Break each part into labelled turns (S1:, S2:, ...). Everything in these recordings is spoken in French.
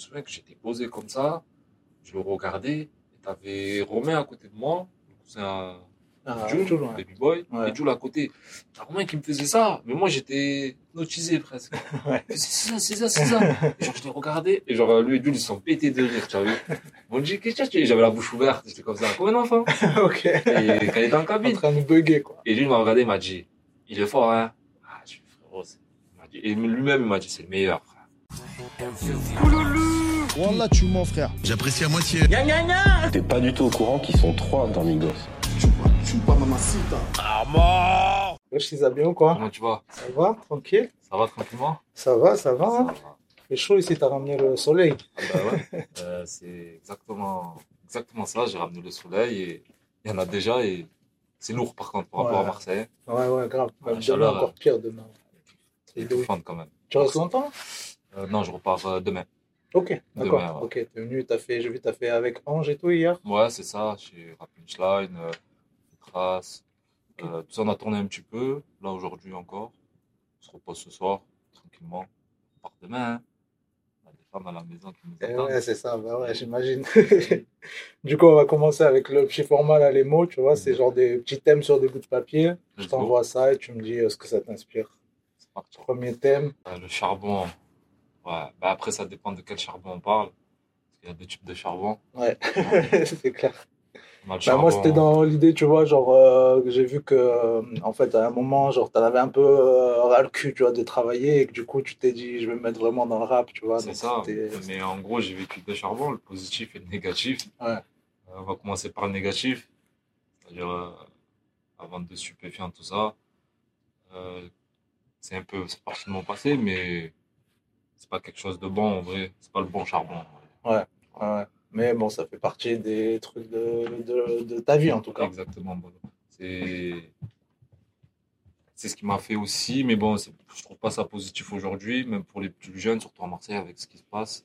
S1: souviens que j'étais posé comme ça, je le regardais, et t'avais Romain à côté de moi, c'est un
S2: Ah,
S1: Jules,
S2: toujours, hein.
S1: des B-Boy,
S2: Ouais.
S1: et Jules à côté. T'as Romain qui me faisait ça, mais moi j'étais nautisé presque.
S2: Ouais.
S1: C'est ça, c'est ça, c'est ça. Et genre je les regardais, et genre lui et Jules ils se sont pétés de rire, tu as vu. On dit, qu'est-ce que tu as tué J'avais la bouche ouverte, j'étais comme ça, comme un enfant.
S2: ok.
S1: Et quand il était en
S2: En
S1: cabine,
S2: train de bugger, quoi.
S1: et lui, il m'a regardé, il m'a dit, il est fort, hein Ah, je suis frérot. c'est- il m'a dit- Et lui-même, il m'a dit, c'est le meilleur, frère.
S3: Wallah, tu mens, frère.
S4: J'apprécie à moitié.
S5: T'es pas du tout au courant qu'ils sont trois dans Migos.
S2: Wesh, les amis, ou quoi
S1: Comment tu vas
S2: Ça va, tranquille
S1: Ça va tranquillement
S2: Ça va, ça va.
S1: Ça
S2: hein
S1: va.
S2: C'est chaud ici, t'as ramené le soleil.
S1: Ah bah ouais. Euh, c'est exactement, exactement ça. J'ai ramené le soleil et il y en a déjà et c'est lourd par contre par rapport
S2: Ouais.
S1: à Marseille.
S2: Ouais, ouais, grave.
S1: Ouais,
S2: Même demain,
S1: chaleur,
S2: encore
S1: hein.
S2: pire demain.
S1: Il
S2: Et
S1: faut
S2: donc-
S1: prendre quand même.
S2: Tu restes longtemps
S1: Euh, non, je repars euh, demain.
S2: Ok, d'accord.
S1: Demain, ouais.
S2: Ok, t'es venu, t'as fait, j'ai vu, t'as fait avec Ange et tout hier.
S1: Ouais, c'est ça. J'ai Rappunchline, euh, Trace. Euh, tout ça, on a tourné un petit peu. Là, aujourd'hui encore. On se repose ce soir, tranquillement. On part demain. hein. On a des femmes à la maison qui nous
S2: Eh
S1: attendent.
S2: ouais, c'est ça, bah ouais, j'imagine. du coup, on va commencer avec le petit format, là, les mots, tu vois,
S1: Mhm.
S2: c'est genre des petits thèmes sur des bouts de papier. Je
S1: Let's go.
S2: t'envoie ça et tu me dis euh, ce que ça t'inspire.
S1: C'est parti.
S2: Premier thème,
S1: Euh, Le charbon, ouais. Bah, après, ça dépend de quel charbon on parle. Parce qu'il y a deux types de charbon.
S2: Ouais. c'est clair.
S1: On a le
S2: Bah,
S1: charbon.
S2: moi, c'était dans l'idée, tu vois, genre, euh, que j'ai vu que, euh, en fait, à un moment, genre, t'en avais un peu euh, ras le cul, tu vois, de travailler et que du coup, tu t'es dit, je vais me mettre vraiment dans le rap, tu vois.
S1: C'est
S2: donc
S1: ça.
S2: c'était-
S1: Mais en gros, j'ai vécu deux charbons, le positif et le négatif.
S2: Ouais.
S1: Euh, on va commencer par le négatif. C'est-à-dire, euh, la vente de stupéfiants, tout ça. Euh, c'est un peu, c'est partie de mon passé, mais c'est pas quelque chose de bon en vrai. C'est pas le bon charbon. en vrai.
S2: Ouais, ouais. Mais bon, ça fait partie des trucs de, de, de ta vie, en tout cas.
S1: Exactement. Bono. C'est c'est ce qui m'a fait aussi, mais bon, c'est- je trouve pas ça positif aujourd'hui, même pour les plus jeunes, surtout à Marseille avec ce qui se passe.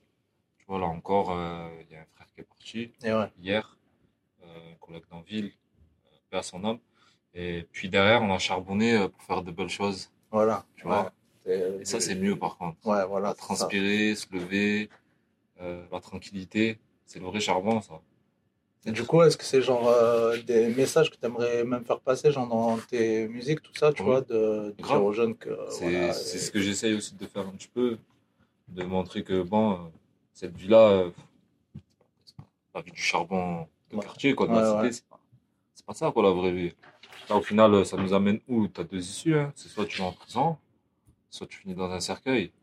S1: Tu vois, là encore, euh, il y a un frère qui est parti
S2: Et ouais.
S1: hier, euh, un collègue dans la ville, euh, paix à son âme. Et puis derrière, on a charbonné euh, pour faire de belles choses.
S2: Voilà,
S1: Tu vois.
S2: Ouais. Ah,
S1: Et ça, c'est mieux par contre.
S2: Ouais, voilà, c'est ça.
S1: Transpirer, se lever, euh, la tranquillité, c'est le vrai charbon, ça.
S2: Et Du coup, est-ce que c'est genre euh, des messages que tu aimerais même faire passer, genre dans tes musiques, tout ça, tu
S1: Oui.
S2: vois, de, de
S1: Grave.
S2: dire aux jeunes que.
S1: C'est
S2: voilà,
S1: c'est
S2: euh,
S1: ce que j'essaye aussi de faire un petit peu, de montrer que bon, euh, cette vie-là, euh, c'est pas la vie du charbon de
S2: Ouais.
S1: quartier, quoi, de la
S2: Ouais,
S1: cité,
S2: ouais.
S1: c'est pas, c'est pas ça, quoi, la vraie vie. Là, au final, euh, ça nous amène où T'as deux issues, hein. c'est soit tu vas en prison, soit tu finis dans un cercueil.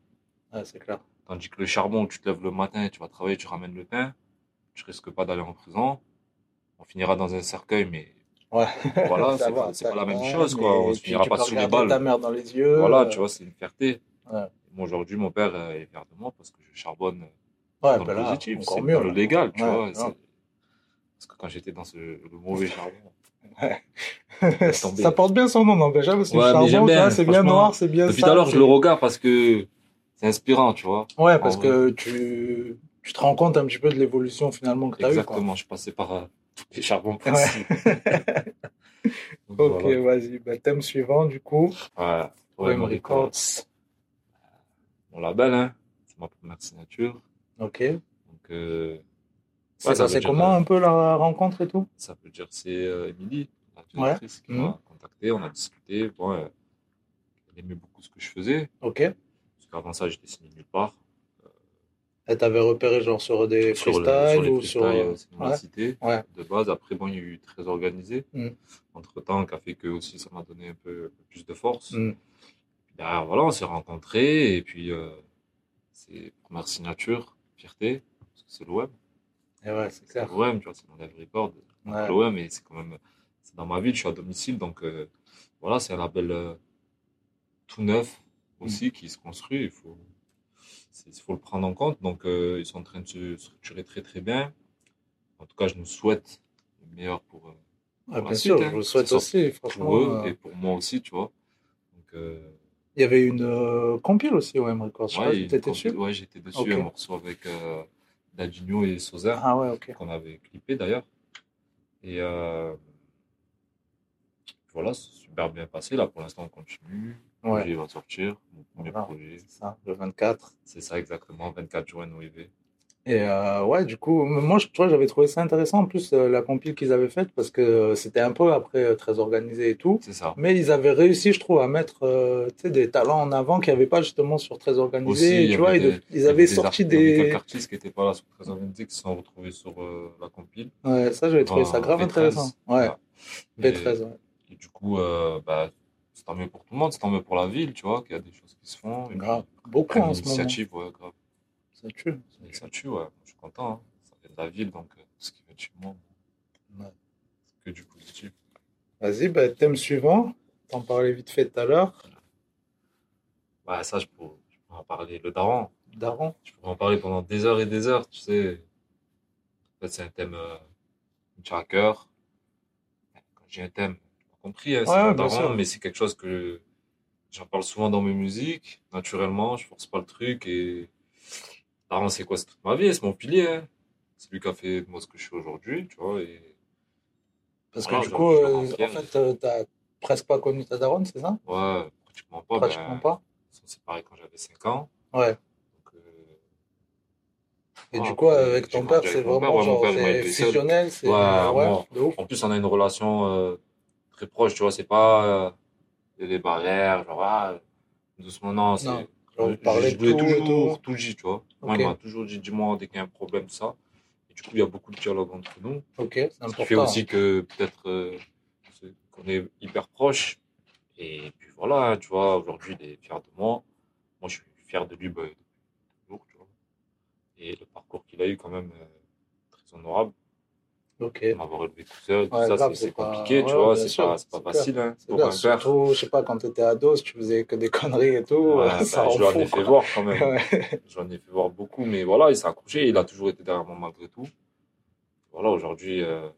S2: ouais, c'est clair.
S1: Tandis que le charbon, tu te lèves le matin, tu vas travailler, tu ramènes le pain, tu risques pas d'aller en prison. On finira dans un cercueil, mais
S2: Ouais.
S1: voilà,
S2: Ça
S1: c'est
S2: va,
S1: pas, c'est
S2: ça
S1: pas la
S2: va,
S1: même chose, quoi.
S2: mais
S1: On se
S2: tu-
S1: finira
S2: tu
S1: pas
S2: peux
S1: sous les
S2: regarder
S1: balles.
S2: ta mère dans les yeux.
S1: Voilà,
S2: euh,
S1: tu vois, c'est une fierté.
S2: Ouais.
S1: Moi, aujourd'hui, mon père euh, est fier de moi parce que je charbonne
S2: Ouais,
S1: dans
S2: bah
S1: le
S2: là,
S1: positif,
S2: encore
S1: c'est
S2: mieux.
S1: dans le
S2: là.
S1: légal, tu
S2: Ouais,
S1: vois.
S2: ouais.
S1: c'est- Parce que quand j'étais dans ce, le mauvais charbon, tombé.
S2: ça porte bien son nom, n'empêche, hein, parce que
S1: Ouais,
S2: le
S1: mais
S2: charbon,
S1: j'aime
S2: tu
S1: bien,
S2: vois, c'est bien
S1: franchement.
S2: noir, c'est bien
S1: depuis
S2: sale,
S1: tout à l'heure, je
S2: c'est-
S1: le regarde parce que c'est inspirant, tu vois.
S2: Ouais, parce
S1: En
S2: que tu, tu te rends compte un petit peu de l'évolution finalement que tu as eu. Quoi.
S1: Exactement, je passais par euh, les charbons
S2: Ouais.
S1: possibles. Donc,
S2: Ok,
S1: voilà.
S2: vas-y, bah, thème suivant du coup.
S1: Ouais, ouais,
S2: Poème
S1: Marie Corps.
S2: Records.
S1: Mon label, hein. C'est ma première signature.
S2: Ok. C'est
S1: Donc, euh,
S2: passé
S1: ça veut dire,
S2: comment
S1: euh,
S2: un peu la rencontre et tout
S1: ça peut dire c'est euh, Émilie, la directrice qui
S2: Mhm.
S1: m'a contacté, on a discuté. Bon, euh, elle aimait beaucoup ce que je faisais,
S2: Ok. Elle
S1: parce qu'avant ça, j'étais signé nulle part.
S2: t'avait repéré genre sur des
S1: Sur le-
S2: freestyles
S1: sur les
S2: ou sur.
S1: freestyles,
S2: euh,
S1: euh, c'est dans la
S2: ouais.
S1: cité,
S2: Ouais.
S1: de base. Après, bon, il y a eu très organisé.
S2: Mhm.
S1: Entre-temps, qui a fait que aussi, ça m'a donné un peu, un peu plus de force.
S2: Mhm.
S1: Puis derrière, voilà, on s'est rencontrés, et puis euh, c'est première signature, fierté, parce que c'est l'OM.
S2: Et ouais, c'est clair.
S1: l'OM, tu vois, c'est mon live record. Donc,
S2: Ouais.
S1: L'OM, et c'est quand même. C'est dans ma ville, je suis à domicile, donc euh, voilà, c'est un label euh, tout neuf
S2: Mm.
S1: aussi qui se construit. Il faut, c'est- il faut le prendre en compte. Donc euh, ils sont en train de se structurer très très bien. En tout cas, je nous souhaite le meilleur pour, euh,
S2: Ah, bien
S1: la
S2: sûr,
S1: suite,
S2: je vous
S1: hein.
S2: le souhaite
S1: C'est
S2: aussi,
S1: pour eux
S2: franchement. euh,
S1: et pour moi aussi, tu vois. Donc, euh,
S2: Il y avait une euh, compile aussi, OM Records. Je sais
S1: ouais,
S2: pas
S1: il y a
S2: si
S1: une
S2: t'étais
S1: compi-
S2: dessus.
S1: ouais, j'étais dessus,
S2: Ok.
S1: un morceau avec euh, Dadinho et Sosa.
S2: Ah ouais, ok.
S1: qu'on avait clippé d'ailleurs. Et euh, voilà, c'est super bien passé. Là, pour l'instant, on continue. Le
S2: Ouais.
S1: projet va sortir, mon premier
S2: Voilà.
S1: projet.
S2: C'est ça, le 24.
S1: C'est ça exactement, 24 juin, OEV.
S2: Et euh, ouais, du coup, moi, je, tu vois, j'avais trouvé ça intéressant, en plus, euh, la compile qu'ils avaient faite, parce que euh, c'était un peu, après, euh, très organisé et tout.
S1: C'est ça.
S2: Mais ils avaient réussi, je trouve, à mettre euh, tu sais, des talents en avant qu'il n'y avait pas, justement, sur Très
S1: Aussi, il
S2: Organisé.
S1: y
S2: tu vois,
S1: avait
S2: ils,
S1: des-
S2: de- ils avaient sorti
S1: artistes, il y avait
S2: des...
S1: quelques artistes qui n'étaient pas là sur Très Organisé qui se sont retrouvés sur euh, la compile.
S2: Ouais, ça, j'avais trouvé
S1: Bah,
S2: ça grave
S1: V13.
S2: intéressant. Ouais,
S1: Ah, Et-
S2: B13, ouais.
S1: Et du coup, euh, bah, c'est tant mieux pour tout le monde, c'est tant mieux pour la ville, tu vois, qu'il y a des choses qui se font. Et
S2: Grave.
S1: puis,
S2: Beaucoup
S1: prennent
S2: en ce moment.
S1: l'initiative, ouais, grave.
S2: Ça tue.
S1: Et ça tue, ouais. Je suis content, hein. ça vient de la ville, donc euh, ce qui vient de chez moi,
S2: Ouais.
S1: c'est que du positif.
S2: Vas-y, bah, thème suivant. T'en parlais vite fait tout à l'heure.
S1: Bah, ça, je pourrais, je pourrais en parler. Le daron,
S2: Daron.
S1: je pourrais en parler pendant des heures et des heures, tu sais. En fait, c'est un thème euh, qui me tient à cœur. Quand j'ai un thème, tu m'as compris, hein, c'est
S2: Ouais,
S1: mon
S2: ouais, bien
S1: daron,
S2: sûr.
S1: mais c'est quelque chose que j'en parle souvent dans mes musiques, naturellement, je force pas le truc. Et daron, c'est quoi? C'est toute ma vie, c'est mon pilier. hein. C'est lui qui a fait de moi ce que je suis aujourd'hui, tu vois. Et...
S2: Parce que
S1: Voilà,
S2: du
S1: je-
S2: coup,
S1: bah, je
S2: euh,
S1: rentre
S2: en
S1: bien.
S2: fait, euh, t'as presque pas connu ta daronne, c'est ça?
S1: Ouais, pratiquement pas.
S2: Pratiquement
S1: ben,
S2: pas.
S1: Ils sont séparés quand j'avais 5 ans.
S2: Ouais.
S1: Donc, euh,
S2: Et
S1: Ouais,
S2: du coup,
S1: puis
S2: avec
S1: j'ai
S2: ton
S1: grandi
S2: père,
S1: avec
S2: c'est
S1: mon père.
S2: vraiment
S1: Ouais, mon
S2: genre,
S1: père, il m'a
S2: c'est
S1: élevé seul.
S2: fusionnel, c'est.
S1: Ouais,
S2: Ouais,
S1: moi.
S2: de ouf.
S1: en plus, on a une relation euh, très proche, tu vois. C'est pas euh, il y a des barrières, genre, ah, doucement, non. c'est-
S2: Non.
S1: Je,
S2: Genre, vous
S1: je-
S2: parlez
S1: je
S2: de
S1: lui ai
S2: tout et
S1: toujours
S2: tout.
S1: tout dit, tu vois. Moi, il
S2: Ok.
S1: m'a toujours dit, dis-moi dès qu'il y a un problème, ça. Et du coup, il y a beaucoup de dialogue entre nous.
S2: Ok,
S1: Ce
S2: c'est
S1: qui fait
S2: important.
S1: aussi que peut-être euh, c'est qu'on est hyper proche. Et puis voilà, hein, tu vois, aujourd'hui, il est fier de moi. Moi, je suis fier de lui bah, depuis toujours, tu vois. Et le parcours qu'il a eu, quand même, euh, très honorable.
S2: Ok.
S1: de M'avoir élevé tout seul, tout
S2: Ouais,
S1: ça,
S2: grave,
S1: c'est
S2: c'est
S1: c'est
S2: pas-
S1: compliqué, tu
S2: ouais,
S1: vois,
S2: bien
S1: c'est
S2: sûr,
S1: pas, c'est pas
S2: c'est clair.
S1: facile. Hein,
S2: C'est
S1: pour
S2: bien,
S1: un père,
S2: surtout, je sais pas, quand t'étais ado, si tu faisais que des conneries et tout,
S1: Ouais,
S2: ça
S1: bah,
S2: rend
S1: je l'en
S2: fou,
S1: ai fait
S2: quoi.
S1: voir quand même.
S2: Ouais.
S1: Je l'en ai fait voir beaucoup, mais voilà, il s'est accroché, il a toujours été derrière moi malgré tout. Voilà, aujourd'hui, euh,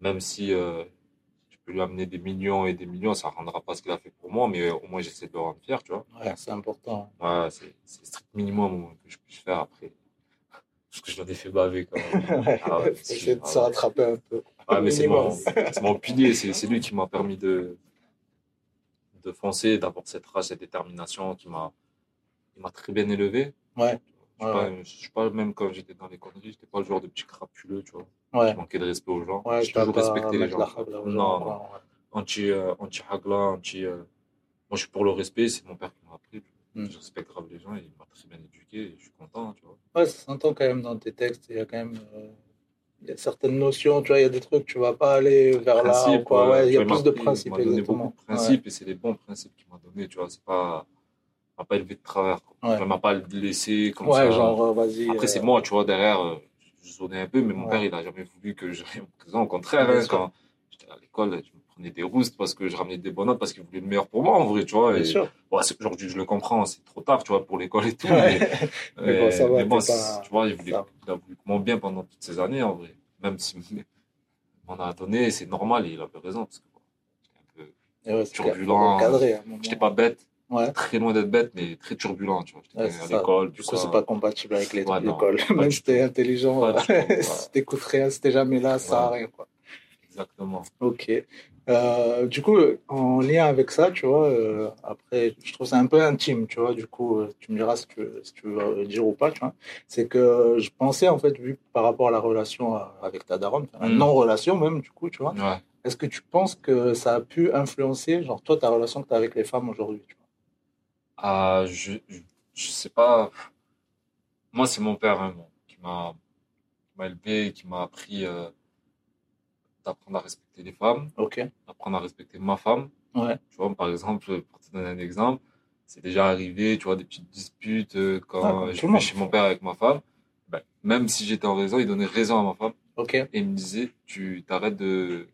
S1: même si euh, je peux lui amener des millions et des millions, ça ne rendra pas ce qu'il a fait pour moi, mais euh, au moins j'essaie de le rendre fier, tu vois.
S2: Ouais, c'est important.
S1: Ouais, c'est c'est le strict minimum que je puisse faire après. Parce que je l'en ai fait baver quand même. Ah ouais,
S2: Faut essayer de se rattraper un peu.
S1: Ouais, Ah, mais c'est
S2: Minimum.
S1: mon, c'est mon pilier, c'est c'est lui qui m'a permis de, de foncer, d'avoir cette rage, cette détermination qui m'a il m'a très bien élevé.
S2: Ouais.
S1: Je
S2: Ouais,
S1: ne suis pas même quand j'étais dans les conneries, j'étais pas le genre de petit crapuleux, tu vois.
S2: Ouais.
S1: qui manquait de respect aux gens.
S2: Ouais,
S1: J'ai
S2: je t'as
S1: toujours
S2: pas
S1: respecté les
S2: mettre
S1: gens.
S2: la rable aux gens,
S1: non, non.
S2: quoi, ouais.
S1: Anti, euh, anti-hagla, anti. euh, Moi, je suis pour le respect, c'est mon père qui m'a appris.
S2: Mm.
S1: Je respecte grave les gens, et il m'a très bien éduqué, et je suis content, tu vois.
S2: Ouais, ça s'entend quand même dans tes textes. Il y a quand même euh, il y a certaines notions, tu vois, il y a des trucs, tu vas pas aller vers là ou
S1: Principe,
S2: quoi.
S1: ouais,
S2: Ouais, il y a
S1: tu vois,
S2: plus de
S1: m'a-
S2: principes,
S1: Il m'a donné beaucoup
S2: exactement.
S1: de principes, et c'est les bons principes qu'il m'a donné, tu vois. C'est pas. il m'a pas élevé de travers, quoi.
S2: Ouais.
S1: Il m'a pas laissé comme
S2: Ouais, ouais
S1: ça.
S2: genre, euh, vas-y.
S1: Après, c'est
S2: euh,
S1: moi, tu vois, derrière, euh, je zonnais un peu, mais mon
S2: Ouais.
S1: père, il a jamais voulu que je présent. Au contraire,
S2: Bien
S1: hein,
S2: sûr.
S1: quand j'étais à l'école, je me prenais des roustes parce que je ramenais des bonnes notes, parce qu'il voulait le meilleur pour moi, en vrai, tu vois.
S2: Bien
S1: et-
S2: sûr.
S1: Ouais, c'est- aujourd'hui, je le comprends, c'est trop tard, tu vois, pour l'école et tout.
S2: Ouais.
S1: Mais, euh,
S2: Mais bon, ça va,
S1: mais bon,
S2: t'es pas-
S1: c'est- tu vois, il voulait,
S2: ça va.
S1: il a voulu que mon bien pendant toutes ces années, en vrai. Même si il m'en a donné, c'est normal, et il avait raison, parce que bon, j'étais un peu-
S2: Et ouais, c'est clair, faut
S1: Turbulent.
S2: encadrer à un moment.
S1: j'étais pas bête,
S2: Ouais.
S1: très loin d'être bête, mais très turbulent, tu vois. J'étais
S2: Ouais, c'est
S1: à
S2: ça.
S1: l'école,
S2: Du
S1: tout
S2: coup,
S1: ça.
S2: c'est pas compatible avec les
S1: Ouais, non.
S2: l'école. Même
S1: du
S2: si t'es intelligent, euh,
S1: Pas du tout, ouais.
S2: si t'écoutes rien, si t'es jamais là, ça sert à
S1: Ouais.
S2: rien, quoi.
S1: Exactement.
S2: Ok. Euh, du coup, en lien avec ça, tu vois, euh, après, je trouve ça un peu intime, tu vois, du coup, euh, tu me diras si tu, veux- si tu veux euh, dire ou pas, tu vois. C'est que je pensais, en fait, vu que par rapport à la relation euh, avec ta daronne, enfin,
S1: Mm.
S2: non-relation même, du coup, tu vois,
S1: Ouais.
S2: est-ce que tu penses que ça a pu influencer, genre, toi, ta relation que tu as avec les femmes aujourd'hui, tu
S1: Ah, je, je, je sais pas. Moi, c'est mon père, hein, bon, qui m'a qui m'a élevé, qui m'a appris euh, d'apprendre à respecter les femmes,
S2: vois? Ok.
S1: d'apprendre à respecter ma femme.
S2: Ouais.
S1: Tu vois, par exemple, pour te donner un exemple, c'est déjà arrivé, tu vois, des petites disputes euh,
S2: Ah,
S1: quand
S2: comme tout
S1: je
S2: le
S1: vais
S2: monde. Bah.
S1: chez mon père avec ma femme. Ben, même si j'étais en raison, il donnait raison à ma femme
S2: Ok.
S1: et il me disait, tu t'arrêtes de,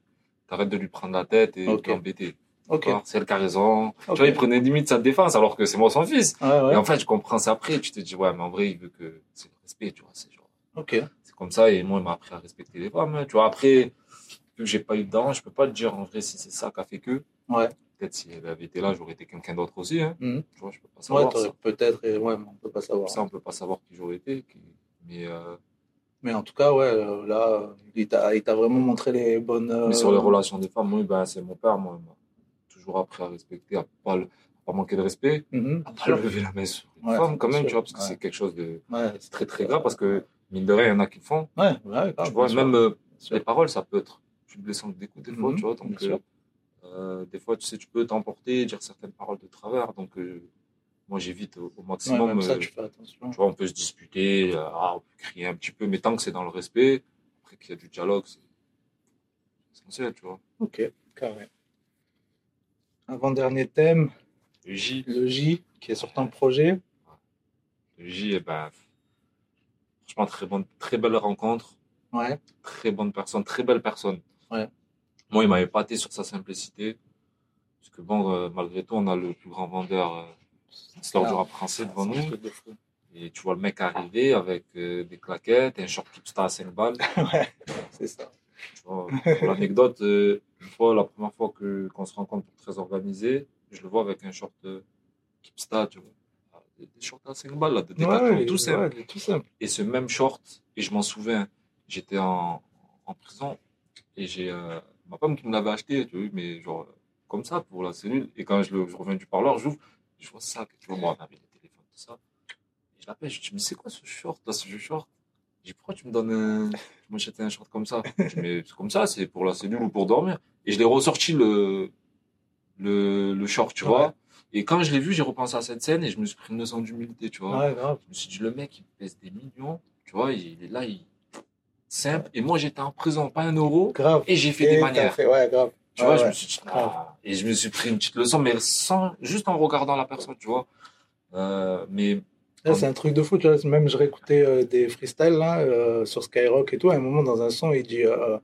S1: t'arrêtes de lui prendre la tête et
S2: Ok.
S1: de l'embêter.
S2: Ok.
S1: Tu vois, C'est elle qui a raison. Tu
S2: Ok.
S1: vois, il prenait limite sa défense alors que c'est moi son fils.
S2: Ouais, ouais.
S1: Et en fait, je comprends ça après. Tu te dis, ouais, mais en vrai, il veut que c'est le respect, tu vois. C'est genre,
S2: Ok.
S1: c'est comme ça. Et moi, il m'a appris à respecter les femmes, hein, tu vois. Après, vu que j'ai pas eu de dents, je peux pas te dire en vrai si c'est ça qu'a fait que.
S2: Ouais.
S1: Peut-être si elle avait été là, j'aurais été quelqu'un d'autre aussi, hein.
S2: Mhm.
S1: Tu vois, je peux pas
S2: Ouais,
S1: savoir.
S2: t'aurais
S1: ça.
S2: peut-être, et ouais, mais on peut pas savoir.
S1: Ça, on peut pas savoir qui j'aurais été. qui- Mais, euh,
S2: Mais en tout cas, ouais, euh, là, euh, il t'a, il t'a vraiment montré les bonnes. euh,
S1: mais sur les relations des femmes, moi, ben, c'est mon père, moi, il m'a toujours appris à respecter, à pas, le- à pas manquer de respect,
S2: Mhm,
S1: à
S2: bien
S1: pas
S2: sûr.
S1: lever la main sur une
S2: Ouais,
S1: femme quand
S2: bien
S1: même,
S2: sûr.
S1: tu vois, parce que
S2: Ouais.
S1: c'est quelque chose de
S2: Ouais,
S1: c'est très très grave parce que Mine de rien, il y en a qui le font.
S2: Ouais, ouais, grave,
S1: tu vois,
S2: Ah, bien
S1: même
S2: sûr,
S1: euh,
S2: bien sûr.
S1: les paroles, ça peut être plus blessant que des coups, des fois,
S2: Mhm,
S1: tu vois.
S2: bien
S1: Donc,
S2: sûr.
S1: euh, euh, des fois, tu sais, tu peux t'emporter, dire certaines paroles de travers. Donc, euh, moi, j'évite au, au
S2: Ouais,
S1: maximum.
S2: même ça,
S1: euh,
S2: tu fais attention.
S1: tu vois, on peut se disputer, euh, ah, on peut crier un petit peu, mais tant que c'est dans le respect, après qu'il y a du dialogue, c'est essentiel, tu vois.
S2: Ok, carré. Avant-dernier thème,
S1: Le J,
S2: le J, qui est sur ton projet.
S1: le J, eh ben, franchement, très, bonne, très belle rencontre,
S2: Ouais,
S1: très bonne personne, très belle personne.
S2: Ouais.
S1: Moi, il m'avait pâté sur sa simplicité, parce que bon, euh, malgré tout, on a le plus grand vendeur euh, de l'histoire du
S2: Ah.
S1: rap français devant
S2: C'est un
S1: nous.
S2: truc de fou.
S1: Et tu vois le mec arriver avec euh, des claquettes, un short Kipsta à 5 balles.
S2: C'est ça.
S1: Tu vois, pour l'anecdote, euh, une fois, la première fois que- qu'on se rencontre pour très organisé, je le vois avec un short euh, Kipsta, tu vois. Ah, Des des shorts à 5 balles, là, de Décathlon,
S2: Ouais,
S1: tout
S2: ouais,
S1: simple.
S2: il est tout simple.
S1: Et ce même short, et je m'en souviens, j'étais en, en prison et j'ai euh, ma femme qui me l'avait acheté, tu vois, mais genre euh, comme ça pour la cellule. Et quand je, le- je reviens du parloir, j'ouvre, je vois ça, tu vois, moi, on avait les téléphones, tout ça. Et je l'appelle, je dis, mais c'est quoi ce short là, ce short Je dis, pourquoi tu me donnes un. Tu m'achètes un short comme ça Je dis, mais c'est comme ça, c'est pour la cellule ou pour dormir. Et je l'ai ressorti le, le, le short, tu
S2: Ouais.
S1: vois. Et quand je l'ai vu, j'ai repensé à cette scène et je me suis pris une leçon d'humilité, tu vois.
S2: Ouais, grave.
S1: Je me suis dit, le mec, il pèse des millions, tu vois, il est là, il simple. Et moi, j'étais en prison, pas un euro,
S2: Grave.
S1: et j'ai fait
S2: Et
S1: des
S2: t'as
S1: manières.
S2: fait- Ouais, grave.
S1: Tu
S2: Ouais,
S1: vois, je
S2: ouais.
S1: me suis dit, ah. et je me suis pris une petite leçon, mais sans, juste en regardant la personne, tu vois. Euh, mais
S2: Là, c'est un truc de fou, tu vois. Même je réécoutais euh, des freestyles là, euh, sur Skyrock et tout. À un moment, dans un son, il dit euh,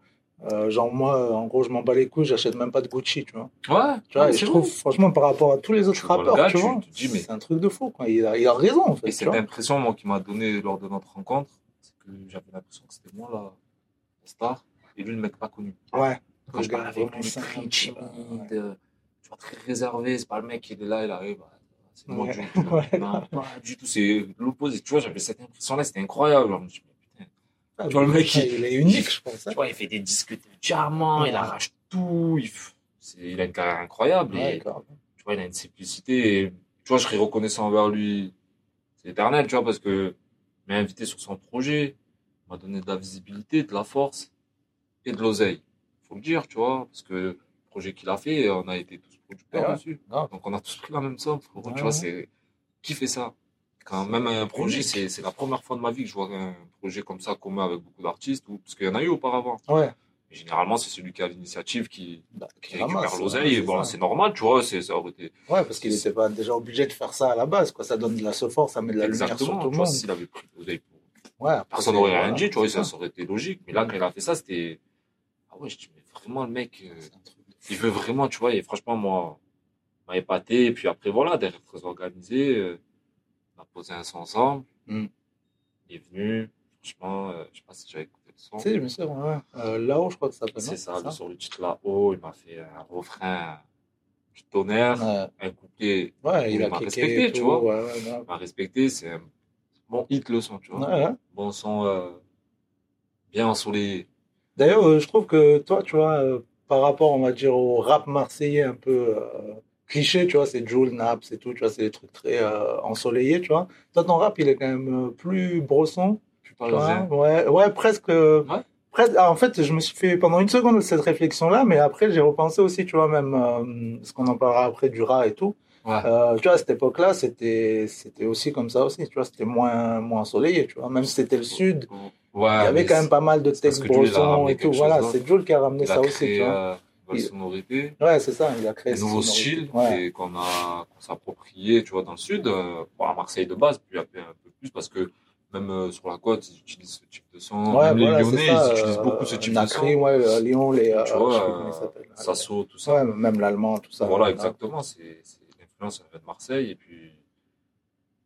S2: euh, Genre, moi, euh, en gros, je m'en bats les couilles, j'achète même pas de Gucci, tu vois.
S1: ouais,
S2: Tu vois,
S1: ouais,
S2: et
S1: c'est
S2: je trouve,
S1: vrai.
S2: franchement, par rapport à tous les autres
S1: Tu vois le
S2: rappeurs,
S1: gars,
S2: tu
S1: tu
S2: vois,
S1: te dis, mais-
S2: c'est un truc de fou, quoi. Il a, il a raison, en fait,
S1: Et
S2: tu
S1: cette
S2: vois.
S1: impression, moi, qui m'a donné lors de notre rencontre, c'est que j'avais l'impression que c'était moi la, la star, et lui, le mec pas connu.
S2: Ouais,
S1: Quand je
S2: Le gars,
S1: parle avec
S2: vraiment
S1: lui, il est
S2: simple,
S1: très timide,
S2: ouais.
S1: euh, tu vois, très réservé. C'est pas le mec qui est là, il arrive. ah, C'est moi
S2: Ouais.
S1: du tout.
S2: Ouais.
S1: Non, pas du tout. C'est l'opposé. Tu vois, j'avais cette impression-là, c'était incroyable. Je me suis dit, mais putain,
S2: Ah,
S1: Tu vois, le mec,
S2: ouais,
S1: il-
S2: il est unique, je pense. hein.
S1: tu vois, il fait des disques de diamants,
S2: Ouais.
S1: il arrache tout. Il, f- c'est- il a une carrière incroyable.
S2: Ouais,
S1: et,
S2: grave.
S1: tu vois, il a une simplicité. Et, tu vois, je serais reconnaissant envers lui. C'est éternel, tu vois, parce que il m'a invité sur son projet, il m'a donné de la visibilité, de la force et de l'oseille. Faut le dire, tu vois, parce que le projet qu'il a fait, on a été tous producteurs
S2: Eh Ouais, ouais.
S1: dessus.
S2: Grave.
S1: Donc on a tous pris la même somme, frérot,
S2: Ouais,
S1: tu
S2: ouais.
S1: vois, c'est qui fait ça Quand même un projet,
S2: unique.
S1: c'est c'est la première fois de ma vie que je vois un projet comme ça commun avec beaucoup d'artistes, ou parce qu'il y en a eu auparavant.
S2: Ouais,
S1: Mais généralement, c'est celui qui a l'initiative qui,
S2: bah,
S1: qui
S2: ramasse,
S1: récupère
S2: ouais,
S1: l'oseille. Et
S2: c'est
S1: bon,
S2: ça.
S1: c'est normal, tu vois, c'est ça aurait été
S2: Ouais, parce qu'il n'était pas déjà obligé de faire ça à la base, quoi. Ça donne de la force, ça met de la lumière sur
S1: Exactement,
S2: tout
S1: tu
S2: le
S1: vois,
S2: monde.
S1: s'il avait pris l'oseille pour
S2: Ouais, après,
S1: personne
S2: c'est-
S1: n'aurait rien
S2: voilà,
S1: dit, tu vois,
S2: c'est
S1: ça,
S2: ça.
S1: ça aurait été logique. Mais là, quand il a fait ça, c'était. Ah ouais, je dis, mais vraiment, le mec, euh,
S2: C'est un truc de fou.
S1: il veut vraiment, tu vois, et franchement, moi, il m'a épaté. Et puis après, voilà, derrière, très organisé, euh, on a posé un son ensemble.
S2: Mm.
S1: Il est venu, franchement, euh, je sais pas si j'avais écouté le son.
S2: Tu sais, je me souviens, ouais. Euh, là-haut, je crois que ça s'appelle.
S1: C'est
S2: non
S1: ça, sur le titre là-haut, il m'a fait un refrain du tonnerre,
S2: Ouais,
S1: un couplet,
S2: Ouais,
S1: il
S2: il a
S1: m'a
S2: cliqué.
S1: respecté,
S2: et
S1: tu
S2: tout,
S1: vois.
S2: Ouais, ouais, grave.
S1: il m'a respecté, c'est un bon hit le son, tu vois.
S2: Ouais, ouais.
S1: Bon son, euh, bien ensoleillé.
S2: D'ailleurs, euh, je trouve que toi, tu vois, euh, par rapport, on va dire, au rap marseillais un peu euh, cliché, tu vois, c'est Jul, Naps et tout, tu vois, c'est des trucs très euh, ensoleillés, tu vois. Toi, ton rap, il est quand même euh, plus brosson,
S1: Tu
S2: tu
S1: parles
S2: vois.
S1: zen.
S2: Ouais, ouais, presque. euh,
S1: Ouais.
S2: presque- ah, en fait, je me suis fait pendant une seconde cette réflexion-là, mais après, j'ai repensé aussi, tu vois, même euh, ce qu'on en parlera après du rat et tout.
S1: Ouais.
S2: Euh, tu vois, à cette époque-là, c'était c'était aussi comme ça aussi, tu vois, c'était moins, moins ensoleillé, tu vois. Même si c'était le sud,
S1: Ouais,
S2: il y avait
S1: Ah, mais
S2: quand même pas mal de
S1: c'est parce
S2: textes
S1: que Jules, il a
S2: brossons
S1: ramené
S2: et tout.
S1: quelque chose
S2: Voilà,
S1: d'autre.
S2: c'est Jules qui a ramené
S1: il a
S2: ça aussi,
S1: créé
S2: tu vois.
S1: euh, la
S2: Il-
S1: sonorité,
S2: Ouais, c'est ça, il a créé
S1: un
S2: ce
S1: nouveau
S2: style.
S1: style
S2: Ouais,
S1: et qu'on a qu'on s'est approprié, tu vois, dans le sud, euh, bon, à Marseille de base, puis après un peu plus parce que même euh, sur la côte, ils utilisent ce type de son.
S2: ouais
S1: même
S2: voilà,
S1: les
S2: c'est
S1: Lyonnais,
S2: ça.
S1: ils utilisent
S2: euh,
S1: beaucoup ce type
S2: Nacré,
S1: de son.
S2: ouais, euh, Lyon, les. euh,
S1: tu
S2: je sais plus comment
S1: vois,
S2: il
S1: euh,
S2: s'appelle.
S1: Sasso, tout ça.
S2: Ouais, même l'allemand, tout ça.
S1: Voilà,
S2: ouais,
S1: exactement. C'est c'est l'influence elle vient de Marseille. Et puis,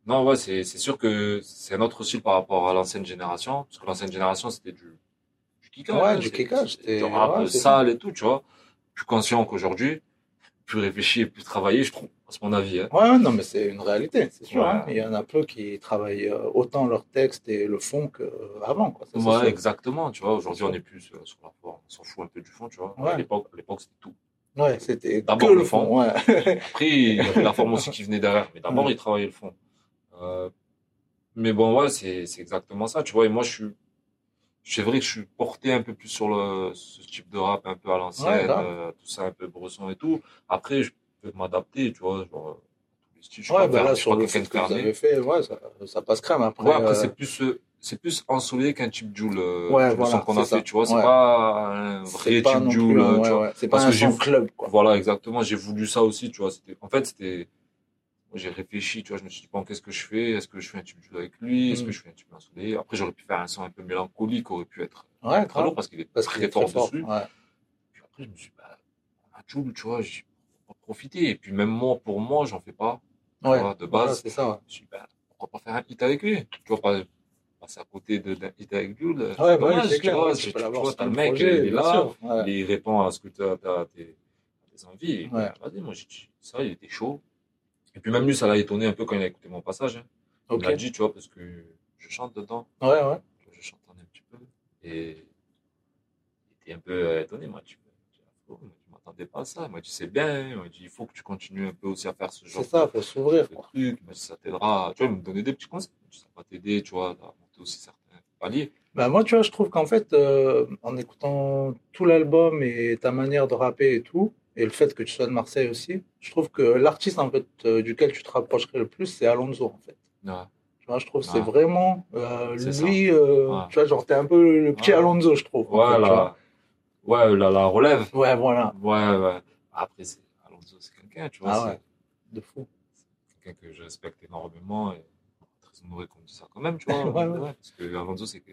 S1: non, ouais, c'est c'est sûr que c'est un autre style par rapport à l'ancienne génération. Parce que l'ancienne génération, c'était du, du kickage.
S2: Ouais,
S1: hein,
S2: du
S1: c'était-
S2: kickage,
S1: c'était Du
S2: c'était-
S1: rap
S2: ouais, c'est ça.
S1: sale et tout, tu vois. Plus conscient qu'aujourd'hui, plus réfléchi et plus travaillé, je trouve. C'est mon avis. hein.
S2: Ouais, ouais, non, mais c'est une réalité, c'est sûr.
S1: Ouais.
S2: hein. Il y en a peu qui travaillent euh, autant leur texte et le fond qu'avant, quoi. ça, c'est
S1: Ouais,
S2: sûr.
S1: exactement, tu vois. Aujourd'hui, on est plus sur, sur la forme. On s'en fout un peu du fond, tu vois.
S2: Ouais.
S1: À l'époque, à l'époque, c'était tout.
S2: Ouais, c'était que
S1: D'abord
S2: le
S1: le fond.
S2: fond, ouais. Mm.
S1: Après, il y avait la forme aussi qui venait derrière. Mais d'abord,
S2: Ouais.
S1: il travaillait le fond. Euh, Mais bon, ouais, c'est c'est exactement ça, tu vois. Et moi, je suis. C'est vrai que je suis porté un peu plus sur le, ce type de rap un peu à
S2: Ouais,
S1: l'ancienne,
S2: grave.
S1: euh, tout ça, un peu bresson et tout. Après, je peux m'adapter, tu vois. Genre, euh, les styles, je suis
S2: Ouais,
S1: pas
S2: bah
S1: fer-
S2: là,
S1: je suis
S2: sur
S1: pas
S2: le
S1: quelqu'un
S2: fait
S1: de
S2: que vous
S1: fermé.
S2: avez fait, ouais, ça, ça passe crème après.
S1: Ouais, après,
S2: euh,
S1: c'est plus, euh, c'est plus ensoleillé qu'un type Joule, euh,
S2: Ouais,
S1: que le
S2: voilà,
S1: son qu'on a
S2: c'est ça.
S1: fait, tu vois. C'est
S2: Ouais.
S1: pas un vrai
S2: c'est pas
S1: type
S2: non
S1: Joule,
S2: plus,
S1: euh,
S2: un-
S1: tu
S2: ouais,
S1: vois.
S2: ouais, c'est pas
S1: Parce
S2: un
S1: que j'ai
S2: son
S1: vu-
S2: club, quoi.
S1: Voilà, exactement. J'ai voulu ça aussi, tu vois. C'était, en fait, c'était, j'ai réfléchi, tu vois. Je me suis dit, bon, qu'est-ce que je fais? Est-ce que je fais un type Joule avec lui? Est-ce
S2: Mm.
S1: que je fais un type ensoleillé? Après, j'aurais pu faire un son un peu mélancolique, qui aurait pu être
S2: Ouais,
S1: très
S2: grave.
S1: lourd parce qu'il est
S2: Parce qu'il
S1: très
S2: est très
S1: fort
S2: fort.
S1: dessus.
S2: ouais.
S1: Puis après, je me suis dit, bah, un Joule, tu vois, j'ai pas profité. Et puis, même moi, pour moi, j'en fais pas.
S2: Ouais,
S1: vois, de
S2: voilà,
S1: base.
S2: c'est ça, ouais.
S1: Je me suis dit, ben, pourquoi pas faire un hit avec lui? Tu vois, pas passer à côté de- d'un hit avec Jules. c'est
S2: Ouais, bah oui,
S1: dommage,
S2: c'est
S1: tu
S2: clair.
S1: vois,
S2: ouais,
S1: c'est-
S2: tu
S1: tu-
S2: peux
S1: tu
S2: l'avoir
S1: vois,
S2: sur
S1: t'as
S2: ton
S1: le mec, il
S2: projet,
S1: est
S2: bien
S1: là,
S2: sûr, ouais.
S1: il répond à ce que tu as, tes, tes envies. Et
S2: Ouais.
S1: ben, Vas-y, moi j'ai dit ça, il était chaud. Et puis même lui, ça l'a étonné un peu quand il a écouté mon passage. hein.
S2: Ok.
S1: Il m'a dit, tu vois, parce que je chante dedans,
S2: Ouais, ouais.
S1: je chante un petit peu. Et il était un peu euh, étonné, moi. Tu oh, il m'a dit, je m'attendais pas à ça. Il m'a dit, c'est bien. Il m'a dit, il faut que tu continues un peu aussi à faire ce genre
S2: C'est ça,
S1: de-
S2: faut s'ouvrir,
S1: le
S2: quoi.
S1: truc, mais ça t'aidera. Tu vois, il me donnait des petits conseils. Ça va t'aider, tu vois, à monter aussi certains paliers.
S2: Bah moi, tu vois, je trouve qu'en fait, euh, en écoutant tout l'album et ta manière de rapper et tout, et le fait que tu sois de Marseille aussi, je trouve que l'artiste en fait euh, duquel tu te rapprocherais le plus, c'est Alonso en fait.
S1: Ouais,
S2: Tu vois, je trouve que c'est
S1: Ouais.
S2: vraiment euh,
S1: Ah. C'est ça.
S2: lui, euh,
S1: Ouais.
S2: tu vois, genre t'es un peu le petit
S1: Ouais.
S2: Alonso, je trouve. en fait,
S1: ouais,
S2: tu vois.
S1: la, ouais la, la relève.
S2: Ouais, voilà,
S1: Ouais, ouais. Après, c'est Alonso, c'est quelqu'un, tu vois.
S2: Ah
S1: c'est
S2: ouais. de fou.
S1: quelqu'un que je respecte énormément et très honoré qu'on me dise ça quand même, tu vois.
S2: Ouais, ouais.
S1: parce que Alonso, c'est que.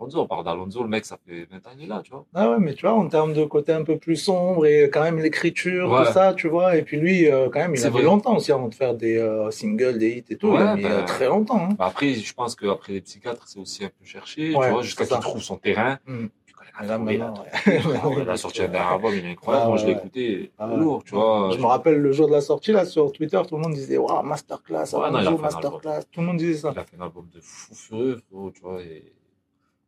S1: Alonso, on parle d'Alonso, le mec, ça fait 20 ans qu'il est là, tu vois.
S2: Ah ouais, mais tu vois, en termes de côté un peu plus sombre et quand même l'écriture,
S1: Ouais.
S2: tout ça, tu vois. Et puis lui, euh, quand même, il
S1: C'est
S2: a mis
S1: vrai.
S2: longtemps aussi avant de faire des euh, singles, des hits et tout. Il a
S1: Ouais,
S2: mis
S1: bah,
S2: euh, très longtemps. hein.
S1: Bah, Après, je pense qu'après les psychiatres, c'est aussi un peu cherché,
S2: Ouais,
S1: tu vois, jusqu'à
S2: c'est ça.
S1: qu'il trouve son terrain.
S2: Mm.
S1: Puis quand
S2: Mais
S1: il
S2: là,
S1: a trouvé, il a
S2: maintenant, ouais.
S1: Ah ouais, la sortie d'un album, il est incroyable.
S2: Ah
S1: Moi,
S2: ouais,
S1: je
S2: ouais.
S1: l'ai écouté,
S2: Ah
S1: c'est
S2: ouais.
S1: lourd, tu vois.
S2: Je me rappelle le jour de la sortie, là, sur Twitter, tout le monde disait Waouh, masterclass,
S1: Ouais, non, il a
S2: Alonso,
S1: fait un album.
S2: masterclass. Tout le monde disait ça.
S1: Il a fait un album de fou furieux, frérot, tu vois. Et...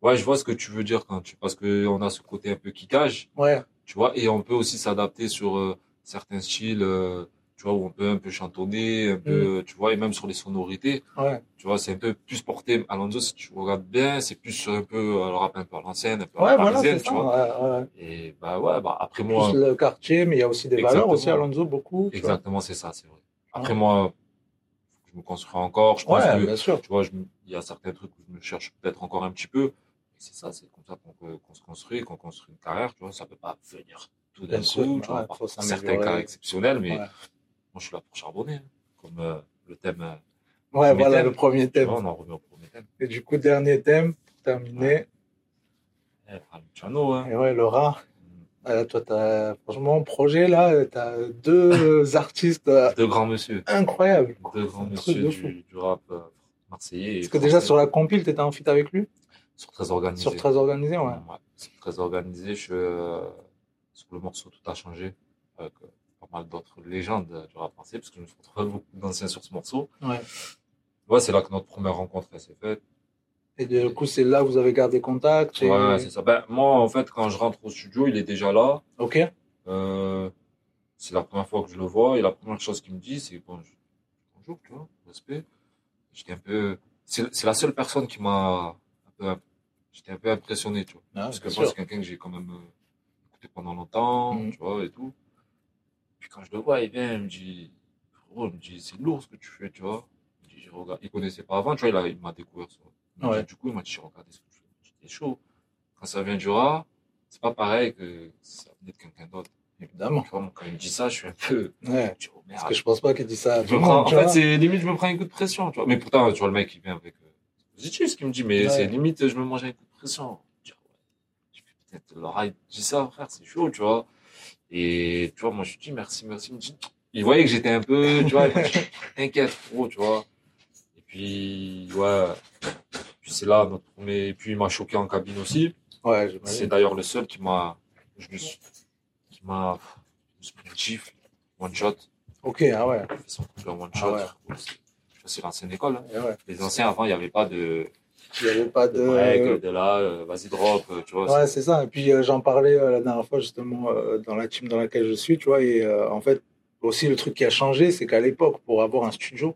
S1: Ouais, je vois ce que tu veux dire quand tu. Parce qu'on a ce côté un peu kickage,
S2: Ouais,
S1: tu vois, et on peut aussi s'adapter sur euh, certains styles, euh, tu vois, où on peut un peu chantonner, un peu,
S2: Mm.
S1: tu vois, et même sur les sonorités,
S2: ouais,
S1: tu vois, c'est un peu plus porté. Alonso, si tu regardes bien, c'est plus sur un peu euh, le rap un peu à l'ancienne, un peu à la
S2: ouais, voilà,
S1: parisienne,
S2: c'est
S1: tu
S2: ça.
S1: vois.
S2: ouais, ouais.
S1: Et bah ouais, bah après
S2: Plus
S1: moi.
S2: le quartier, mais il y a aussi des valeurs
S1: Exactement.
S2: aussi, Alonso, beaucoup. tu vois.
S1: Exactement, c'est ça, c'est vrai.
S2: vois.
S1: Après, moi, faut que je me construis encore. Je pense
S2: Ouais,
S1: que,
S2: bien sûr.
S1: tu vois, je me- il y a certains trucs où je me cherche peut-être encore un petit peu. Et c'est ça, c'est comme ça qu'on peut- qu'on se construit, qu'on construit une carrière. Tu vois, ça peut pas venir tout d'un
S2: Bien sûr,
S1: coup. Tu vois,
S2: ouais,
S1: par
S2: faut
S1: certains
S2: s'améliorer.
S1: cas exceptionnels, mais
S2: Ouais,
S1: moi, je suis là pour charbonner. hein. Comme euh, le thème, euh,
S2: Ouais,
S1: Premier
S2: voilà
S1: thème.
S2: le premier
S1: tu
S2: thème.
S1: vois, on en revient au premier thème.
S2: Et du coup, dernier thème, pour terminer.
S1: Eh, Luciano, hein.
S2: Et ouais, Laura, euh, toi, t'as franchement projet là, t'as deux artistes euh,
S1: Deux grands monsieur.
S2: incroyables.
S1: Deux grands
S2: Ah, Un truc
S1: monsieur
S2: de fou.
S1: du, du rap euh, marseillais. et
S2: Parce que déjà
S1: français.
S2: sur la compile, t'étais en feat avec lui,
S1: Sur très organisé.
S2: sur Très Organisé, ouais.
S1: Ah, Ouais, c'est très organisé. Je, suis, euh, sur le morceau, tout a changé. Avec euh, pas mal d'autres légendes euh, du rap français, parce que je me suis retrouvé beaucoup d'anciens sur ce morceau.
S2: Ouais.
S1: Ouais, c'est là que notre première rencontre elle, s'est faite.
S2: Et du coup, c'est là où vous avez gardé contact. et-
S1: Ouais, c'est ça. Ben, moi, en fait, quand je rentre au studio, il est déjà là.
S2: Ok,
S1: Euh, c'est la première fois que je le vois. Et la première chose qu'il me dit, c'est bon, je- bonjour, tu vois, respect. J'étais un peu. C'est c'est la seule personne qui m'a. un peu- J'étais un peu impressionné, tu vois.
S2: Ah,
S1: Parce que
S2: bien
S1: moi,
S2: sûr.
S1: c'est quelqu'un que j'ai quand même euh, écouté pendant longtemps,
S2: Mhm.
S1: tu vois, et tout. Puis quand je le vois, il vient, il me dit, frérot, il me dit, c'est lourd ce que tu fais, tu vois. Il me dit, J'ai regardé- il connaissait pas avant, tu vois, il, a- il m'a découvert. ça. Il me dit,
S2: Ouais.
S1: du coup, il m'a dit, j'ai regardé ce que tu fais. Il me dit, T'es chaud. Quand ça vient du rat, c'est pas pareil que ça venait de quelqu'un d'autre.
S2: évidemment.
S1: Tu vois, moi, quand il me dit ça, je suis un peu,
S2: Ouais.
S1: je dis, oh
S2: Parce
S1: merde.
S2: que je pense pas qu'il dit ça à
S1: Je
S2: Ah, tout
S1: me
S2: le
S1: prends-
S2: monde,
S1: en
S2: tu
S1: fait,
S2: vois.
S1: c'est limite, je me prends un coup de pression, tu vois. Mais pourtant, tu vois, le mec, il vient avec euh, c'est positif ce qu'il me dit, mais
S2: Ouais.
S1: c'est limite, je me mange un coup de pression. Je dis, ouais. Je fais, peut-être Laura, il dit ça, frère, c'est chaud, tu vois. Et tu vois, moi, je lui dis merci, merci. Il me dit, il voyait que j'étais un peu, tu vois, il m'a dit, t'inquiète, frérot, tu vois. Et puis, ouais. Puis c'est là, notre premier. Et puis, il m'a choqué en cabine aussi.
S2: Ouais,
S1: C'est
S2: j'imagine.
S1: d'ailleurs le seul qui m'a. Je me suis. Qui m'a. Je me suis pris une gifle, one shot.
S2: Ok, ah ouais.
S1: Ils sont tous en one
S2: Ah
S1: shot.
S2: ouais.
S1: frérot, c'est- tu vois, C'est l'ancienne école. hein.
S2: Et Ah ouais.
S1: Les anciens, avant, il n'y avait pas de,
S2: Il y avait pas
S1: de break,
S2: de.
S1: de là, euh, vas-y, drop, euh, tu vois.
S2: Ouais, c'est ça. Et puis euh, j'en parlais euh, la dernière fois justement euh, dans la team dans laquelle je suis, tu vois. Et euh, en fait, aussi le truc qui a changé, c'est qu'à l'époque, pour avoir un studio,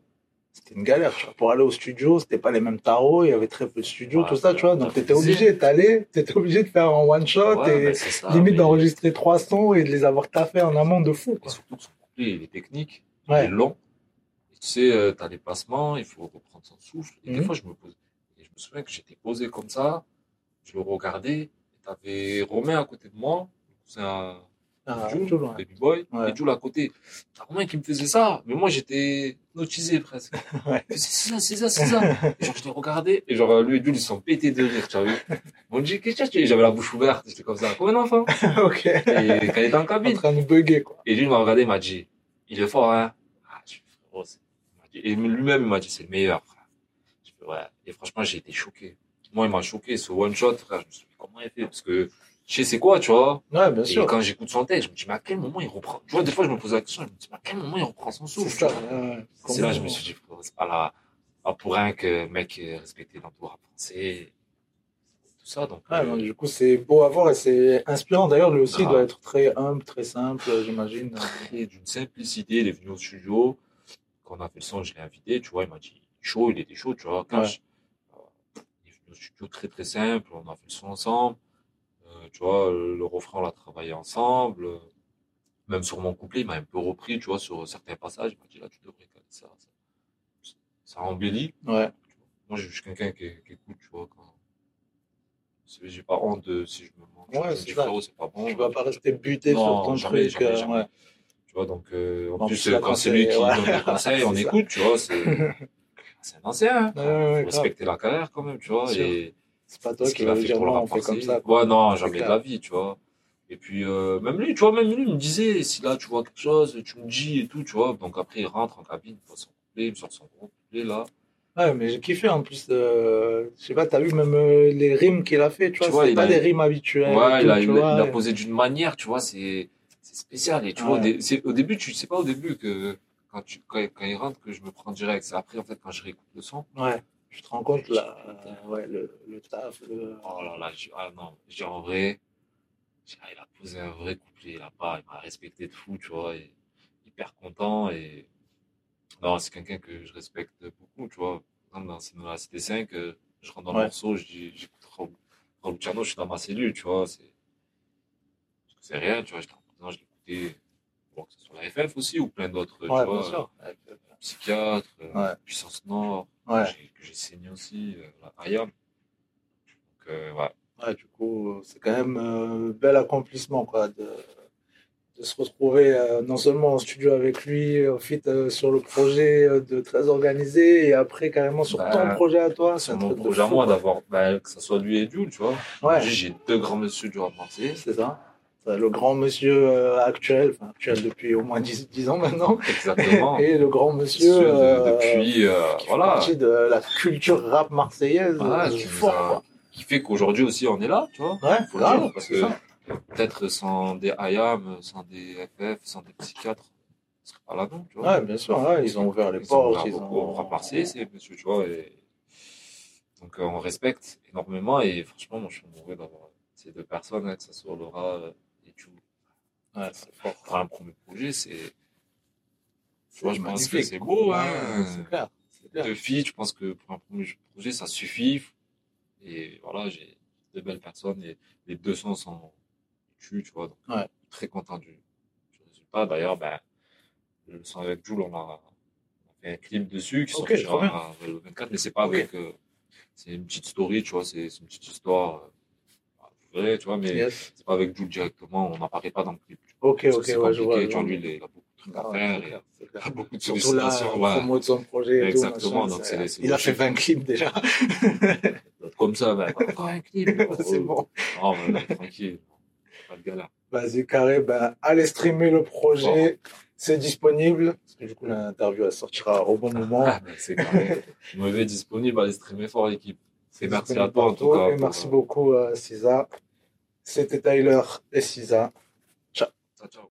S2: c'était une galère. tu vois. Pour aller au studio, c'était pas les mêmes tarots, il y avait très peu de studios,
S1: Ouais,
S2: tout ça, tu vois.
S1: ça
S2: Donc,
S1: fait
S2: t'étais
S1: plaisir.
S2: obligé d'aller, t'étais obligé de faire en one shot
S1: Ouais,
S2: et
S1: mais c'est ça,
S2: limite
S1: mais-
S2: d'enregistrer trois sons et de les avoir taffés en amont de fou,
S1: Et
S2: quoi.
S1: surtout que son couplet, il est technique, il est
S2: Ouais.
S1: long. Et tu sais, euh, t'as les passements, il faut reprendre son souffle. Et des
S2: Mhm.
S1: fois, je me pose. Et je me souviens que j'étais posé comme ça, je le regardais, et t'avais Romain à côté de moi, c'est un
S2: Ah,
S1: Jul,
S2: Jul, ouais.
S1: baby boy,
S2: Ouais.
S1: et Jules à côté. T'as Romain qui me faisait ça, mais moi j'étais nautisé presque.
S2: Ouais.
S1: C'est ça, c'est ça, c'est ça. Et genre, je les regardais, et genre, lui et Jules, ils se sont pétés de rire, tu as vu. On dit, qu'est-ce que tu as J'avais la bouche ouverte, j'étais comme ça, comme un enfant.
S2: ok.
S1: Et quand il était en
S2: En
S1: cabine,
S2: train de bugger, quoi.
S1: et lui, il m'a regardé, il m'a dit, il est fort, hein. Ah, je fais, frérot, c'est- il m'a dit- Et lui-même, il m'a dit, c'est le meilleur, frère. Je fais, ouais. Et franchement, j'ai été choqué. Moi, il m'a choqué, ce one-shot, frère. Je me suis dit, comment il fait Parce que je sais c'est quoi, tu vois.
S2: Ouais, bien
S1: Et
S2: sûr.
S1: quand j'écoute son texte, je me dis, mais à quel moment il reprend Tu vois, des fois, je me pose la question, je me dis, mais à quel moment il reprend son
S2: C'est
S1: souffle tu
S2: ça.
S1: vois
S2: ouais.
S1: C'est là, je me suis dit, frérot, c'est pas là, pas pour rien que mec est respecté dans tout le rap français. Tout ça, donc.
S2: Ouais,
S1: euh,
S2: Ah, non, du coup, c'est beau à voir et c'est inspirant. D'ailleurs, lui aussi, il
S1: Ah.
S2: doit être très humble, très simple, euh, j'imagine.
S1: très- d'une simplicité. Il est venu au studio. Quand on a fait le son, je l'ai invité. Tu vois, il m'a dit chaud, il était chaud. Tu vois, quand
S2: Ouais.
S1: je- euh, il est venu au studio très très simple. On a fait le son ensemble. Euh, tu vois, euh, le refrain, on l'a travaillé ensemble. Euh, Même sur mon couplet, il m'a un peu repris. Tu vois, sur certains passages, il m'a dit là, tu devrais caler ça. Ça, ça embellit. tu
S2: Ouais,
S1: vois. Moi, je suis quelqu'un qui, qui écoute. Tu vois, quand c'est- j'ai pas honte de si je me manque.
S2: Ouais,
S1: je
S2: c'est
S1: me dis,
S2: ça.
S1: frérot, c'est pas bon.
S2: tu vas pas rester buté sur
S1: Non,
S2: ton
S1: jamais,
S2: truc.
S1: jamais,
S2: euh,
S1: jamais.
S2: ouais.
S1: Tu vois, donc euh, en,
S2: En
S1: plus,
S2: plus, la
S1: euh, quand c'est lui qui
S2: conseil, ouais.
S1: donne des conseils, on
S2: C'est ça.
S1: écoute, tu vois, c'est c'est un ancien. Hein.
S2: Ouais, ouais, ouais,
S1: Faut respecter la carrière quand même, tu vois.
S2: Bien sûr.
S1: Et
S2: C'est pas toi
S1: ce
S2: qui
S1: qu'il a
S2: vas
S1: fait
S2: dire
S1: pour le
S2: non,
S1: rap
S2: on fait comme
S1: français.
S2: ça. quoi.
S1: Ouais, non,
S2: C'est
S1: jamais de
S2: clair.
S1: la vie, tu vois. Et puis, euh, même lui, tu vois, même lui, il me disait, si là, tu vois quelque chose, tu me dis et tout, tu vois. Donc après, il rentre en cabine, il son couplet, il me sort son gros couplet, là.
S2: Ouais, mais j'ai kiffé en plus. euh, je sais pas, t'as vu même euh, les rimes qu'il a fait,
S1: Tu
S2: tu vois,
S1: vois,
S2: c'est
S1: il
S2: pas
S1: a-
S2: des rimes habituelles.
S1: Ouais,
S2: et
S1: il a,
S2: tout, tu
S1: il a-
S2: vois,
S1: il a
S2: et-
S1: posé d'une manière, tu vois, c'est c'est spécial. Et tu vois, au,
S2: Ouais.
S1: dé- c'est- au début, tu sais pas au début que quand, tu, quand, quand il rentre, que je me prends direct. C'est après, en fait, quand je réécoute le son.
S2: Ouais, tu te rends compte là,
S1: Putain.
S2: euh, ouais, le, le taf. le-
S1: Oh là là, je- ah non, j'ai en vrai, j'ai- ah, il a posé un vrai couplet là-bas, il m'a respecté de fou, tu vois, et hyper content. Et non, c'est quelqu'un que je respecte beaucoup, tu vois. Par exemple, Dans, c'est dans la Cité 5, euh, je rentre dans
S2: Ouais.
S1: le morceau, je dis- j'écoute Raoul- Raoul Tcherno, je suis dans ma cellule, tu vois. C'est c'est rien, tu vois, j'étais en prison, je l'écoutais, bon, que ce soit la FF aussi ou plein d'autres, tu
S2: Ouais, bien
S1: vois,
S2: sûr.
S1: euh, Psychiatre, euh,
S2: Ouais.
S1: Puissance Nord,
S2: Ouais.
S1: que j'ai- que j'ai saigné aussi, euh, la IAM. Donc, euh, ouais.
S2: Ouais, du coup, euh, c'est quand même euh, bel accomplissement quoi, de, de se retrouver euh, non seulement en studio avec lui, au fit euh, sur le projet euh, de très organisé, et après carrément sur
S1: Bah,
S2: ton projet à toi, c'est
S1: C'est
S2: un
S1: mon
S2: truc de
S1: projet à
S2: fou,
S1: moi
S2: quoi.
S1: d'avoir, bah, que ce soit lui et Jules, tu vois.
S2: Ouais,
S1: J'ai- J'ai deux grands messieurs du rap français.
S2: c'est ça. C'est Le grand monsieur euh, actuel, enfin actuel depuis au moins 10, 10 ans maintenant,
S1: Exactement.
S2: et le grand
S1: Messieurs
S2: monsieur
S1: de-
S2: euh,
S1: depuis, euh,
S2: qui fait
S1: voilà.
S2: partie de la culture rap marseillaise,
S1: Voilà,
S2: euh,
S1: qui nous
S2: fort,
S1: a-
S2: quoi.
S1: Qui fait qu'aujourd'hui aussi on est là, tu vois.
S2: Ouais,
S1: Faut le
S2: grave,
S1: dire, parce
S2: c'est
S1: que
S2: ça.
S1: peut-être sans des IAM, sans des FF, sans des psychiatres, ce serait pas là non, tu vois.
S2: Ouais, bien sûr, ouais, ils ont ouvert les
S1: Ils sont
S2: portes,
S1: là
S2: ils
S1: beaucoup
S2: ont...
S1: au rap marseillais, ces messieurs, tu vois. Et... Donc euh, on respecte énormément et franchement, moi je suis amoureux d'avoir ces deux personnes, hein, que ce soit Laura euh, et Jules.
S2: Ouais, c'est fort.
S1: Pour un premier projet, c'est. Tu vois, je pense
S2: magnifique.
S1: que c'est beau, hein.
S2: c'est clair. c'est clair.
S1: Deux filles, je pense que pour un premier projet, ça suffit. Et voilà, j'ai de belles personnes et les deux sons sont tu, tu vois. Donc, euh,
S2: Ouais.
S1: très content du, du résultat. D'ailleurs, ben, le son avec Jules, on a, on a fait un clip dessus qui
S2: Ok,
S1: sortira
S2: trop bien.
S1: euh, le 24, mais c'est pas
S2: Ok.
S1: avec. euh, c'est une petite story, tu vois, c'est c'est une petite histoire. euh, vraie, tu vois, mais
S2: Yes.
S1: c'est pas avec Jules directement, on n'apparaît pas dans le clip.
S2: Ok,
S1: Parce
S2: ok,
S1: que c'est
S2: ouais, je vois.
S1: compliqué,
S2: je
S1: tu vois,
S2: vois.
S1: lui, il est- il a beaucoup de trucs à
S2: Ah,
S1: faire.
S2: c'est
S1: et
S2: clair, c'est clair.
S1: il a beaucoup de
S2: Surtout là,
S1: sollicitations.
S2: en
S1: voilà.
S2: promo de son projet et tout,
S1: Exactement,
S2: machin,
S1: donc
S2: c'est-
S1: c'est- c'est
S2: Il a fait
S1: logique.
S2: 20 clips déjà,
S1: Comme ça, Oh, ben, encore un clip.
S2: c'est bon.
S1: Non, mais non, tranquille, pas de galère.
S2: Vas-y, carré, ben, allez streamer le projet, c'est disponible. Parce que du coup, l'interview, elle sortira au bon moment.
S1: Ah, ben, c'est carré. Mauvais disponible, allez streamer fort l'équipe. Et merci à toi en tout
S2: Partout,
S1: cas.
S2: Et
S1: pour,
S2: merci
S1: euh,
S2: beaucoup, euh, Cisa. C'était Tyler et Cisa.
S1: Ciao, ciao.